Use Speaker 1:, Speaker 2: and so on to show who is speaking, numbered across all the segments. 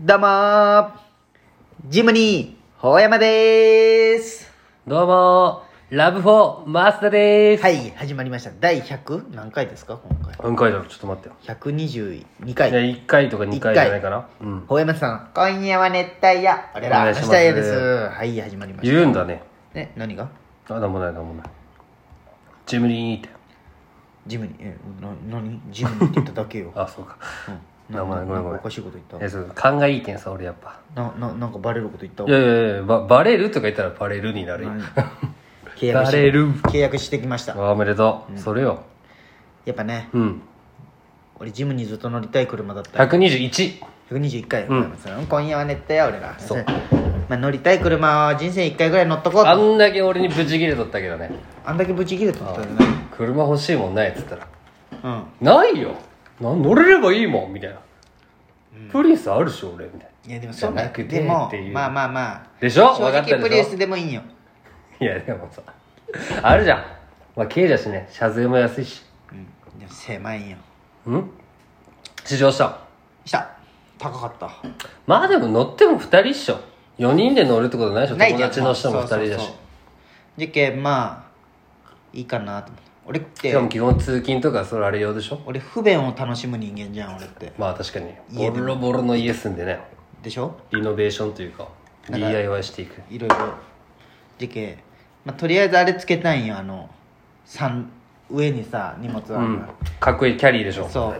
Speaker 1: どうもージムニー、ほうやまでーす
Speaker 2: どうもーラブフォーマスダでーす。
Speaker 1: はい、始まりました。第100何回ですか今回。
Speaker 2: 何回だろうちょっと待ってよ。
Speaker 1: 122
Speaker 2: いや、
Speaker 1: 回。
Speaker 2: 1回とか2回じゃないかな。うん。
Speaker 1: ほうやまさん、今夜は熱帯夜。俺
Speaker 2: お
Speaker 1: ら、
Speaker 2: 願い
Speaker 1: 熱
Speaker 2: します
Speaker 1: 帯夜です。はい、始まりまし
Speaker 2: 言うんだね。
Speaker 1: た。ね、何が
Speaker 2: あ、なんもないなんもない。ジムリーって。
Speaker 1: ジムニー、え、な、何ジムニーって言っただけよ
Speaker 2: 。あ、そうか。
Speaker 1: うん。
Speaker 2: なんもないごめんごめん
Speaker 1: かおかしいこと言
Speaker 2: え、
Speaker 1: っ
Speaker 2: そう、勘がいいけんさ、俺やっぱ。
Speaker 1: た。な、な、なんかバレること言ったわ
Speaker 2: いやいやいや、ば、バレるとか言ったらバレるにな るよ。
Speaker 1: 契約し
Speaker 2: バレる
Speaker 1: 契約してきました。
Speaker 2: あおめでとう。それよ。
Speaker 1: やっぱね、
Speaker 2: うん。
Speaker 1: 俺ジムにずっと乗りたい車だった。
Speaker 2: 121。
Speaker 1: 121回でございます、今夜は熱帯や俺ら
Speaker 2: そう
Speaker 1: まあ、乗りたい車は人生1回ぐらい乗っとこう
Speaker 2: あ
Speaker 1: あ
Speaker 2: んだけ俺にブチギレとったけどね。
Speaker 1: あんだけブチ切れとったよね
Speaker 2: 車欲しいもんないっつったら。
Speaker 1: うん
Speaker 2: ないよな乗れればいいもんみたいな。プリンスあるでしょ、俺。みたいな。
Speaker 1: いやでもそう
Speaker 2: じゃ
Speaker 1: だ
Speaker 2: なくて
Speaker 1: でも
Speaker 2: っていう
Speaker 1: まあまあまあ
Speaker 2: でしょ
Speaker 1: 正
Speaker 2: 分かったでし
Speaker 1: 直
Speaker 2: ょ
Speaker 1: プリウスでもいいんよ
Speaker 2: いやでもさあるじゃんまあ軽だしね車税も安いし
Speaker 1: うんでも狭いんよ
Speaker 2: うん試乗した
Speaker 1: した高かった
Speaker 2: まあでも乗っても2人っしょ4人で乗るってことないでしょ
Speaker 1: ない
Speaker 2: 友
Speaker 1: じゃん
Speaker 2: 達の人も
Speaker 1: そ
Speaker 2: 2
Speaker 1: うそうそう
Speaker 2: 人だし
Speaker 1: じゃけんまあいいかなと思って俺っ
Speaker 2: してかも基本通勤とかそれあれ用でしょ
Speaker 1: 俺不便を楽しむ人間じゃん俺って
Speaker 2: まあ確かに
Speaker 1: 家
Speaker 2: ボロボロの家住んでね
Speaker 1: でしょ
Speaker 2: リノベーションというか DIY していく
Speaker 1: いろいろでけ、まあ、とりあえずあれつけたいんよあの三上にさ荷物ある
Speaker 2: う
Speaker 1: の
Speaker 2: んかっこいいキャリーでしょ
Speaker 1: そう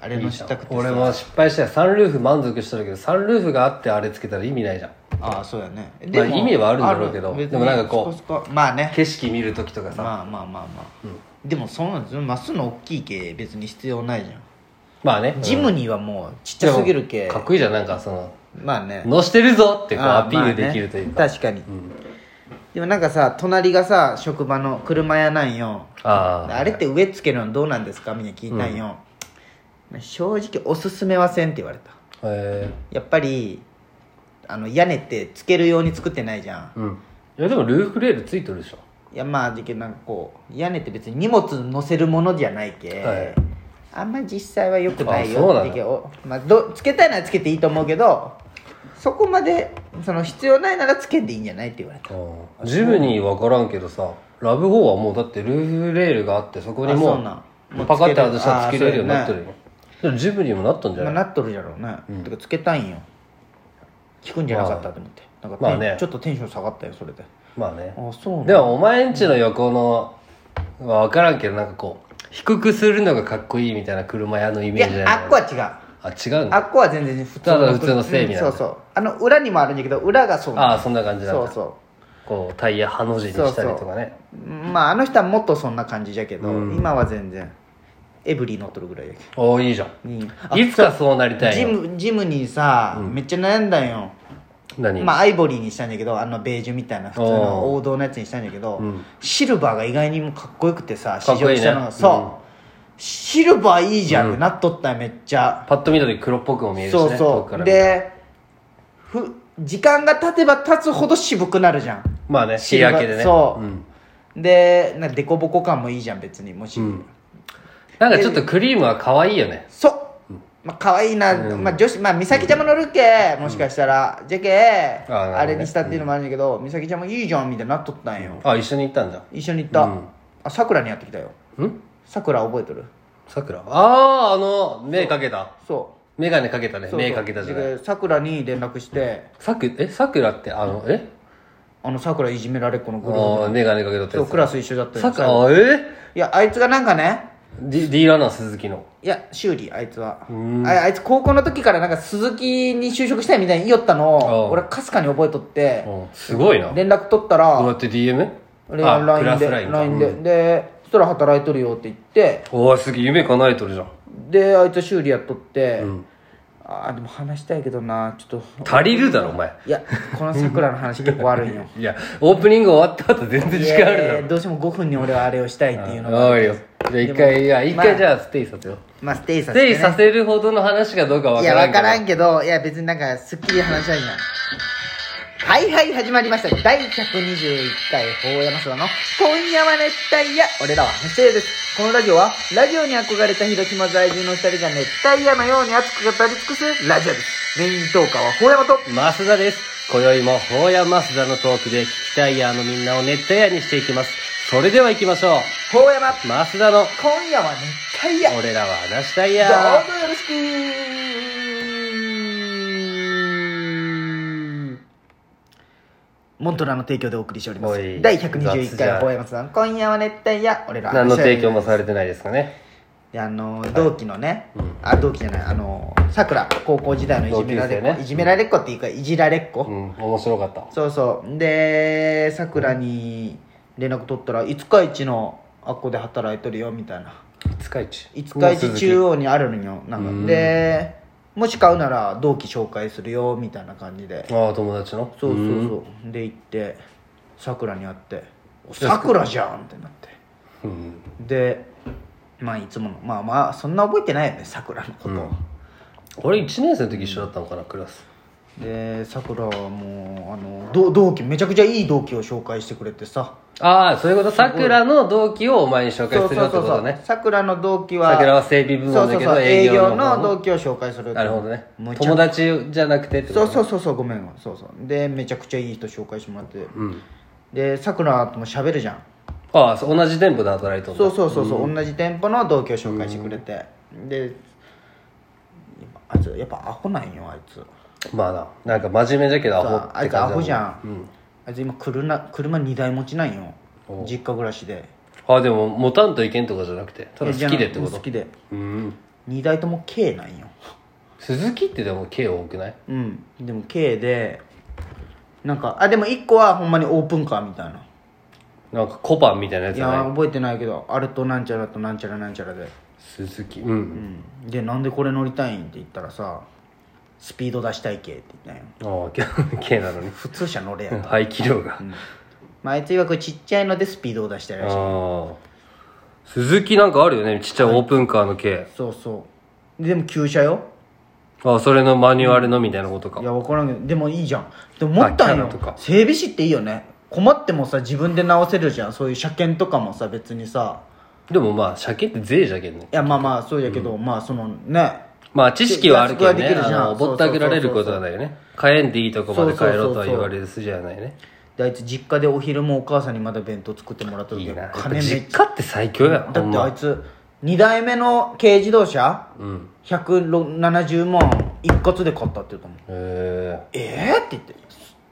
Speaker 1: あれのしたくてさ
Speaker 2: 俺も失敗したよサンルーフ満足してるけどサンルーフがあってあれつけたら意味ないじゃん
Speaker 1: ああそうやねえ
Speaker 2: まあ意味はあるんだろうけど
Speaker 1: ある別に
Speaker 2: でもなんかこう
Speaker 1: そそまあね
Speaker 2: 景色見るときとかさ
Speaker 1: まあまあまあまあ、でもそうなんですよまっすぐの大きい系別に必要ないじゃん
Speaker 2: まあね
Speaker 1: ジムにはもうちっちゃすぎる系
Speaker 2: かっこいいじゃんなんかその
Speaker 1: まあね
Speaker 2: 乗してるぞってこう
Speaker 1: あ
Speaker 2: アピールできるというか、
Speaker 1: まあね確かに、でもなんかさ隣がさ職場の車屋なんよ
Speaker 2: ああ
Speaker 1: あれって植え付けるのどうなんですかみんな聞いたんよ、正直おすすめはせんって言われた
Speaker 2: へ
Speaker 1: やっぱりあの屋根ってつけるように作ってないじゃん
Speaker 2: えうんいやでもルーフレールついてるでしょ
Speaker 1: いやまあじけなんかこう屋根って別に荷物載せるものじゃないけ、
Speaker 2: はい
Speaker 1: あんま実際はよくない
Speaker 2: あそう
Speaker 1: よ
Speaker 2: なんだ
Speaker 1: じけおまあ、どつけたいならつけていいと思うけどそこまでその必要ないならつけていいんじゃないって言われた
Speaker 2: うんジムに分からんけどさラブホーはもうだってルーフレールがあってそこに
Speaker 1: あ
Speaker 2: も
Speaker 1: そうなんも
Speaker 2: う
Speaker 1: う
Speaker 2: パカって外したら
Speaker 1: つ
Speaker 2: つ
Speaker 1: け
Speaker 2: け
Speaker 1: れ
Speaker 2: れ
Speaker 1: る
Speaker 2: るようになってるよだからジムにもなったんじゃ
Speaker 1: まあ、
Speaker 2: な
Speaker 1: ないっとるじゃろうね、てかつけたいんよ聞くんじゃなかったと思ってなんかテン、
Speaker 2: まあね
Speaker 1: ちょっとテンション下がったよそれで
Speaker 2: まあね
Speaker 1: あそうなん
Speaker 2: でもお前んちの横のは分からんけどなんかこう低くするのがかっこいいみたいな車屋のイ
Speaker 1: い
Speaker 2: メージじゃ
Speaker 1: や
Speaker 2: な
Speaker 1: あっ
Speaker 2: い
Speaker 1: こは違う
Speaker 2: あ違うん
Speaker 1: あ
Speaker 2: だ
Speaker 1: っこは全然普通
Speaker 2: ただ普通の整備なんだ
Speaker 1: うんそうそうあの裏にもあるんだけど裏がそう
Speaker 2: あ
Speaker 1: な
Speaker 2: あそんな感
Speaker 1: の
Speaker 2: じなんだ
Speaker 1: そうそ
Speaker 2: こうタイヤハの字にしたりとかね
Speaker 1: うまああの人はもっとそんな感じじゃけど、今は全然エブリィ乗っとるぐらいだけど
Speaker 2: おおいいじゃん
Speaker 1: に
Speaker 2: いつかそうなりたい
Speaker 1: ジ
Speaker 2: よ
Speaker 1: ムジムにさ、めっちゃ悩んだんよ
Speaker 2: 何、
Speaker 1: まあアイボリーにしたんだけどあのベージュみたいな普通の王道のやつにしたんだけど、シルバーが意外にもかっこよくてさ
Speaker 2: かっこいいね
Speaker 1: したのがそう、シルバーいいじゃんってなっとったよめっちゃ、
Speaker 2: パッと見た時黒っぽくも見えるしね
Speaker 1: そう
Speaker 2: 遠く
Speaker 1: そ
Speaker 2: か
Speaker 1: う
Speaker 2: ら見たら
Speaker 1: でふ時間が経てば経つほど渋くなるじゃん
Speaker 2: まあね
Speaker 1: シ
Speaker 2: 日
Speaker 1: ルバー
Speaker 2: 焼けでね
Speaker 1: そう、
Speaker 2: ん
Speaker 1: でなんかデコボコ感もいいじゃん別にもし、
Speaker 2: なんかちょっとクリームは可愛いよね
Speaker 1: そうまあ可愛いな、まあ女子まあ美咲ちゃんも乗るけ、もしかしたらじゃけ
Speaker 2: あなるほどね
Speaker 1: あれにしたっていうのもあるんだけど、美咲ちゃんもいいじゃんみたいになっとったんよ、
Speaker 2: あ一緒に行ったんじゃ
Speaker 1: 一緒に行った、あさくらにやってきたよ
Speaker 2: んん
Speaker 1: さくら覚えとる
Speaker 2: さくらあああの目かけた
Speaker 1: そ
Speaker 2: 眼鏡かけたね
Speaker 1: うそう
Speaker 2: 目かけたじゃない
Speaker 1: さくらに連絡して
Speaker 2: さくえさくらってあのえ
Speaker 1: あのさくらいじめられっ子の
Speaker 2: あ
Speaker 1: グルー
Speaker 2: ー眼鏡かけたって
Speaker 1: プそ
Speaker 2: や
Speaker 1: う
Speaker 2: つ
Speaker 1: クラス一緒だったよ
Speaker 2: さくらあえ
Speaker 1: いやあいつがなんかね
Speaker 2: ディディーラーな鈴木の
Speaker 1: いや修理あいつはああいつ高校の時からなんか鈴木に就職したいみたいに言いよったの
Speaker 2: あ
Speaker 1: を俺かすかに覚えとって
Speaker 2: うんすごいなど
Speaker 1: 連絡取ったら
Speaker 2: うやって DM?
Speaker 1: 俺
Speaker 2: あ
Speaker 1: LINE で LINE で、でそしたら働いとるよって言って
Speaker 2: おおすげえ夢叶えとるじゃん
Speaker 1: であいつは修理やっとって、ああでも話したいけどなちょっと
Speaker 2: 足りるだろお前
Speaker 1: いやこの桜の話結構悪いんよ
Speaker 2: いやオープニング終わった後全然 時間あるだろ
Speaker 1: いやどうしても5分に俺はあれをしたいっていうのが
Speaker 2: あいよじゃあ一回いや一
Speaker 1: まあ
Speaker 2: 回じゃあステイさせよう、
Speaker 1: まあステイさ
Speaker 2: ス
Speaker 1: せて、
Speaker 2: テ
Speaker 1: ね、
Speaker 2: イさせるほどの話かどうかわ
Speaker 1: い
Speaker 2: か
Speaker 1: や
Speaker 2: らん
Speaker 1: 分
Speaker 2: けど
Speaker 1: からんけどいや別になんかすっきり話したいじゃんはいはい始まりました第121回法山荘の今夜は熱帯夜俺らは発生ですこのラジオはラジオに憧れた広島在住の2人が熱帯夜のように熱く語り尽くすラジオですメイントーカーは法山と
Speaker 2: 増田です今宵も法や増田のトークで聞きたいヤーのみんなを熱帯夜にしていきますそれでは行きましょう
Speaker 1: 法山
Speaker 2: 増田の
Speaker 1: 今夜は熱帯夜どう
Speaker 2: 俺らは話したいや
Speaker 1: ぞよろしくモントラの提供でお送りしておりま
Speaker 2: おい
Speaker 1: す第121
Speaker 2: 雑じ
Speaker 1: 回
Speaker 2: ゃん
Speaker 1: 法山さん今夜は熱帯夜俺らは
Speaker 2: 何の
Speaker 1: 発生
Speaker 2: 提供もされてないですかね
Speaker 1: であの同期のね、
Speaker 2: うん
Speaker 1: あ同期じゃないあのさくら高校時代のいじめられっ
Speaker 2: 同級
Speaker 1: 子、
Speaker 2: 生ね
Speaker 1: いじめられっ子っていうかいじられっ子、
Speaker 2: うん面白かった
Speaker 1: そうそうでさくらに連絡取ったら「五日市のあっこで働いてるよ」みたいな
Speaker 2: 五日市
Speaker 1: 五日市中央にあるのよな
Speaker 2: うんん
Speaker 1: かでもし買うなら同期紹介するよみたいな感じで
Speaker 2: ああ友達の
Speaker 1: そうそう
Speaker 2: うん
Speaker 1: そうで行ってさくらに会って「おさくらじゃん!」ってなって
Speaker 2: うん
Speaker 1: でまあいつものまあまあそんな覚えてないよねさくらのこと、
Speaker 2: うん俺1年生の時一緒だったのかなクラス
Speaker 1: でさくらはもうあの同同期めちゃくちゃいい同期を紹介してくれてさ
Speaker 2: ああそういうことさくらの同期をお前に紹介するよってことね
Speaker 1: さくらの同期は
Speaker 2: さくらは整備部門だけ
Speaker 1: そうそう
Speaker 2: ど
Speaker 1: そう営
Speaker 2: 営
Speaker 1: 業
Speaker 2: 業
Speaker 1: の
Speaker 2: の
Speaker 1: 同期を紹介する
Speaker 2: なるほどね
Speaker 1: むちゃ
Speaker 2: 友達じゃなくてって
Speaker 1: そ
Speaker 2: こ
Speaker 1: う
Speaker 2: と
Speaker 1: そうそうそうごめんそうそうでめちゃくちゃいい人紹介してもらって
Speaker 2: うん
Speaker 1: でさくらとも喋るじゃん
Speaker 2: ああそう同じ店舗で働いてるん
Speaker 1: そ
Speaker 2: だ
Speaker 1: うそうそうそう、同じ店舗の同期を紹介してくれて、であいつやっぱアホなんよあいつ
Speaker 2: まあななんか真面目だけどアホ
Speaker 1: さあ
Speaker 2: っ
Speaker 1: い
Speaker 2: て
Speaker 1: つア
Speaker 2: 感じだも
Speaker 1: ホじゃん、
Speaker 2: うん
Speaker 1: あいつ今車車2台持ちなんよ
Speaker 2: お
Speaker 1: 実家暮らしで
Speaker 2: ああでも持たんといけんとかじゃなくてただ
Speaker 1: えじゃ
Speaker 2: 好
Speaker 1: な
Speaker 2: き
Speaker 1: い
Speaker 2: でってこと
Speaker 1: 好きで
Speaker 2: うん
Speaker 1: 2台とも K なんよ
Speaker 2: 鈴木ってでも K 多くない
Speaker 1: うんでも K でなんかあでも1個はほんまにオープンカーみたいな
Speaker 2: なんかコパンみたいなやつ
Speaker 1: い
Speaker 2: じゃない
Speaker 1: や覚えてないけどあれとなんちゃらとなんちゃらなんちゃらで、
Speaker 2: 鈴木うん
Speaker 1: うん、でなんでこれ乗りたいんって言ったらさスピード出したい系って言ったんよ
Speaker 2: ああ K なのに
Speaker 1: 普通車乗れやん、
Speaker 2: 排気量が
Speaker 1: まあ、あいつ曰くちっちゃいのでスピードを出したいらしい
Speaker 2: ああ鈴木なんかあるよねちっちゃいオープンカーの K
Speaker 1: そうそうでも旧車よ
Speaker 2: ああそれのマニュアルのみたいなことか
Speaker 1: いや分からんけどでもいいじゃんでも持ったんよ
Speaker 2: あキャラとか
Speaker 1: 整備士っていいよね困ってもさ自分で直せるじゃんそういう車検とかもさ別にさ
Speaker 2: でもまあ車検って税じゃけんね
Speaker 1: いやまあまあそうやけど、まあそのね
Speaker 2: まあ知識はあるけど
Speaker 1: 安くは
Speaker 2: ね
Speaker 1: できるじゃん
Speaker 2: あのぼったくられることはないよね帰えんでいいとこまで帰ろうとは言われる筋じゃないね
Speaker 1: であいつ実家でお昼もお母さんにまだ弁当作ってもらった
Speaker 2: い
Speaker 1: 時
Speaker 2: いなやっぱ
Speaker 1: 金めっちゃ
Speaker 2: 実家って最強やん
Speaker 1: だ
Speaker 2: ほ
Speaker 1: っ
Speaker 2: ん
Speaker 1: てあい
Speaker 2: ま
Speaker 1: つ2台目の軽自動車
Speaker 2: うん
Speaker 1: 170万一括で買ったって言うと思う
Speaker 2: え
Speaker 1: えー、って言って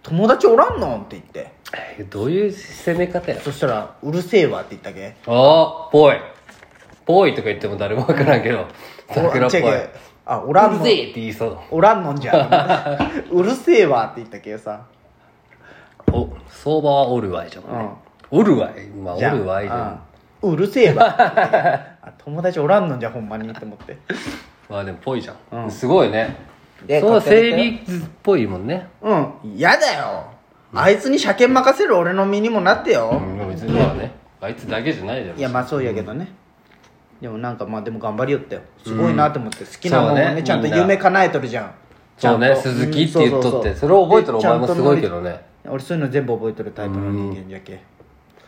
Speaker 1: 友達おらんのって言って
Speaker 2: えどういう攻め方や
Speaker 1: そしたら「うるせえわ」って言ったけ
Speaker 2: ああぽいぽいとか言っても誰もわからんけど桜っぽいうう
Speaker 1: あおらん
Speaker 2: る
Speaker 1: の
Speaker 2: ぜえって言いそう
Speaker 1: おらんのんじゃ うるせえわって言ったけさ
Speaker 2: お相場はおるわいじゃん、
Speaker 1: ん
Speaker 2: おるわいまあお
Speaker 1: じゃあ
Speaker 2: るわいじゃん
Speaker 1: うんうるせえわって言ったけ あ友達おらんのんじゃほんまにって思って
Speaker 2: まあでもぽいじゃん、すごいね
Speaker 1: で
Speaker 2: そう
Speaker 1: 買って
Speaker 2: 整
Speaker 1: あげたよ
Speaker 2: 備図っぽいもんね
Speaker 1: うん嫌だよあいつに車検任せる俺の身にもなってよ、
Speaker 2: うん別にまあねあいつだけじゃないじゃん
Speaker 1: いやまあそうやけどね、でもなんかまあでも頑張りよったよすごいなと思って、好きなもんを
Speaker 2: そう
Speaker 1: ね
Speaker 2: ね
Speaker 1: ちゃんと
Speaker 2: みんな
Speaker 1: 夢叶えとるじゃんちゃ
Speaker 2: そうん
Speaker 1: と
Speaker 2: ね鈴木って言っとって、
Speaker 1: うん
Speaker 2: それを覚えてるお
Speaker 1: でちゃ
Speaker 2: 前
Speaker 1: ん
Speaker 2: も
Speaker 1: と
Speaker 2: すごいけどね
Speaker 1: 俺そういうの全部覚えてるタイプの人間じゃけ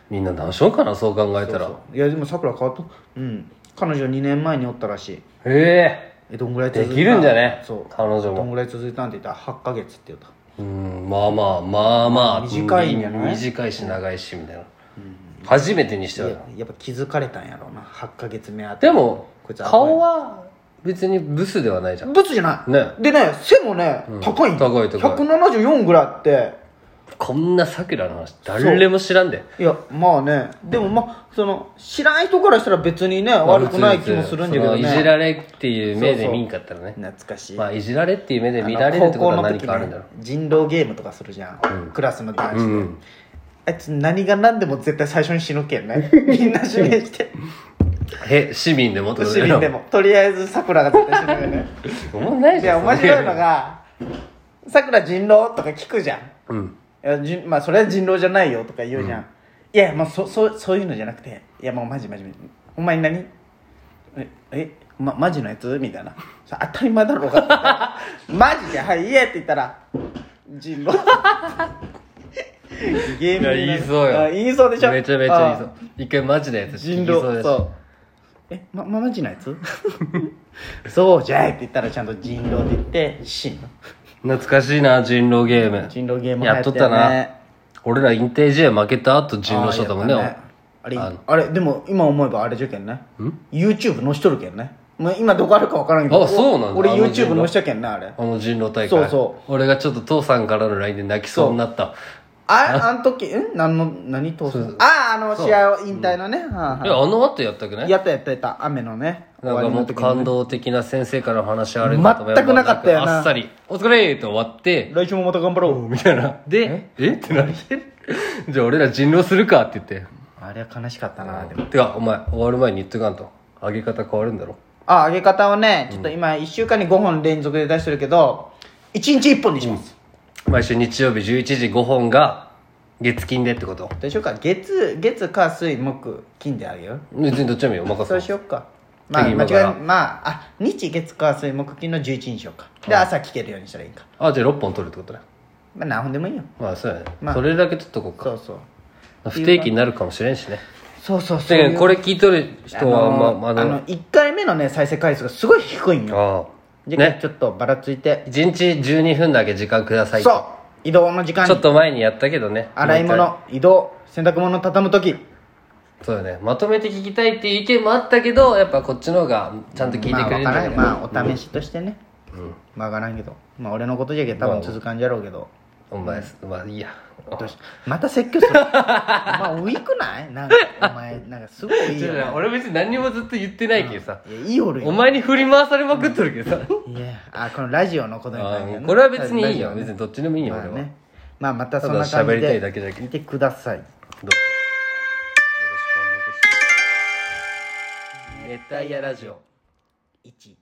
Speaker 2: みんな何しようかなそう考えたら
Speaker 1: いやでもさくら変わったうん彼女2年前におったらしい
Speaker 2: へ
Speaker 1: えどんぐらい
Speaker 2: え
Speaker 1: 続い
Speaker 2: で
Speaker 1: た
Speaker 2: きるんじゃね
Speaker 1: そう
Speaker 2: 彼女
Speaker 1: どん
Speaker 2: も
Speaker 1: ぐらい続いたんって言ったら8ヶ月って言った
Speaker 2: うんまあまあまあまあ
Speaker 1: 短いんじゃない
Speaker 2: 短いし長いしみたいな、初めてにしては
Speaker 1: やっぱ気づかれたんやろうな8ヶ月目あって
Speaker 2: でも
Speaker 1: こいつ
Speaker 2: 顔は別にブスではないじゃん
Speaker 1: ブツじゃない、
Speaker 2: ね
Speaker 1: でね背もね、
Speaker 2: ん
Speaker 1: 高いんよ
Speaker 2: 高い高い
Speaker 1: 174ぐらいあって
Speaker 2: こんなさくらの話誰も知らんで
Speaker 1: いやまあねでもまあその知らん人からしたら別にね悪くない気もするんだけど
Speaker 2: そのいじ
Speaker 1: ね
Speaker 2: られっていう目で見んかったらね
Speaker 1: 懐かしい、
Speaker 2: まあいじられっていう目で見られるってことは何かあるんだろう
Speaker 1: 高校の時ね人狼ゲームとかするじゃん、クラスの男子で、
Speaker 2: うん
Speaker 1: あいつ何が何でも絶対最初に死ぬけんねみんな指名して
Speaker 2: え市民でもってこと
Speaker 1: 市
Speaker 2: だよ
Speaker 1: 民でもとりあえずさくらが絶対死ぬよね
Speaker 2: おもんない
Speaker 1: い
Speaker 2: じゃ
Speaker 1: や
Speaker 2: ん
Speaker 1: 面白いのが「さくら人狼?」とか聞くじゃん
Speaker 2: うん
Speaker 1: いやじんまあそれは人狼じゃないよとか言うじゃん、いやもうそそそういうのじゃなくていやもうマジマジマジお前何ええ、ま、マジ のやつみたいなそれ当たり前だろうがマジで「はい言え」って言ったら「人 狼ゲーム
Speaker 2: いや言いそうよ
Speaker 1: あ言いそうでしょ
Speaker 2: めちゃめちゃいいそ
Speaker 1: あ
Speaker 2: う一回マジなやつ
Speaker 1: 人
Speaker 2: 聞
Speaker 1: 狼
Speaker 2: きそうだし
Speaker 1: そうえままマジなやつ そうじゃいって言ったらちゃんと人狼って言って真の
Speaker 2: 懐かしいな人狼ゲーム
Speaker 1: 人狼ゲーム
Speaker 2: やっとったな俺らインテージで負けた後人狼しとったもんね
Speaker 1: あーやっぱね
Speaker 2: あ
Speaker 1: あれ
Speaker 2: の
Speaker 1: あれでも今思えばあれじゃけんね YouTube 載しとるけんねもう今どこあるか分からんけど
Speaker 2: あそうなんだ
Speaker 1: 俺
Speaker 2: あの人
Speaker 1: YouTube
Speaker 2: 狼
Speaker 1: 載しとけんねあれ
Speaker 2: あの人狼大会
Speaker 1: そうそ
Speaker 2: 俺がちょっと父さんからの LINE で泣きそうになった
Speaker 1: ああの時ん何の何通す
Speaker 2: そう
Speaker 1: あああの試合を引退のね、はいい
Speaker 2: や
Speaker 1: は
Speaker 2: あの後やったっけ
Speaker 1: い
Speaker 2: ね
Speaker 1: やったやったやった雨のね
Speaker 2: なんかもっと
Speaker 1: 終わりの時にね
Speaker 2: 感動的な先生からの話あれ
Speaker 1: 全くなかったよな
Speaker 2: あっさり「お疲れ!」って終わって
Speaker 1: 来週もまた頑張ろう
Speaker 2: みたいなで「えってなって じゃあ俺ら人狼するかって言って
Speaker 1: あれは悲しかったなでも
Speaker 2: てかお前終わる前に言っとかんと上げ方変わるんだろ
Speaker 1: あ上げ方をねちょっと今1週間に5本連続で出してるけど1日1本にします、
Speaker 2: 毎週日曜日11時5本が月金でってこと
Speaker 1: どうしようか月月火水木金であげよう
Speaker 2: 別にどっちでもいいよ任せ
Speaker 1: そう
Speaker 2: ろ
Speaker 1: しよっかまあ
Speaker 2: 適
Speaker 1: 間
Speaker 2: 宜今から
Speaker 1: 違いまああ日月火水木金の11日にしようかで朝聞けるようにしたらいいか
Speaker 2: あじゃあ6本取るってことね
Speaker 1: まあ何本でもいいよ
Speaker 2: まあそうやね、
Speaker 1: まあ
Speaker 2: それだけ取っとこう
Speaker 1: そ
Speaker 2: か
Speaker 1: うそう
Speaker 2: 不定期になるかもしれんしね
Speaker 1: そうそうそう
Speaker 2: で
Speaker 1: いう
Speaker 2: これ聞いとる人はまあま
Speaker 1: あ
Speaker 2: あ
Speaker 1: の1回目のね再生回数がすごい低いんよ
Speaker 2: あ
Speaker 1: じ
Speaker 2: あ
Speaker 1: ゃけ
Speaker 2: ね
Speaker 1: んちょっとばらついて
Speaker 2: 1日12分だけ時間ください
Speaker 1: そう移動の時間
Speaker 2: ちょっ
Speaker 1: に
Speaker 2: と前にやったけどね
Speaker 1: 洗い
Speaker 2: もう一
Speaker 1: 物移動洗濯物畳む時
Speaker 2: 回そうだねまとめて聞きたいっていう意見もあったけどやっぱこっちの方がちゃんと聞いてくれるん
Speaker 1: まあわから
Speaker 2: だ
Speaker 1: ん
Speaker 2: ね
Speaker 1: まあお試しとしてねまあわからんけどまあ俺のことじゃけん多分続かんじゃろうけど
Speaker 2: お前まあいいや
Speaker 1: どうしまた説教する お前ウィークないなんかお前なんかすごいいい
Speaker 2: 違う
Speaker 1: よ
Speaker 2: 違う俺別に何にもずっと言ってないけどさ
Speaker 1: いやいいおるよ
Speaker 2: お前に振り回されまくっとるけどさ
Speaker 1: いやあこのラジオのことに関して
Speaker 2: あ
Speaker 1: ね
Speaker 2: ーこれは別にいいよ
Speaker 1: ラジオ
Speaker 2: 別にどっちでもいいよ
Speaker 1: まあ
Speaker 2: 俺は、
Speaker 1: ねまあまたそ
Speaker 2: た
Speaker 1: んな
Speaker 2: だ
Speaker 1: 感じで
Speaker 2: 喋りたいだけだけど
Speaker 1: 見てください
Speaker 2: 熱帯夜ラジオ
Speaker 1: 1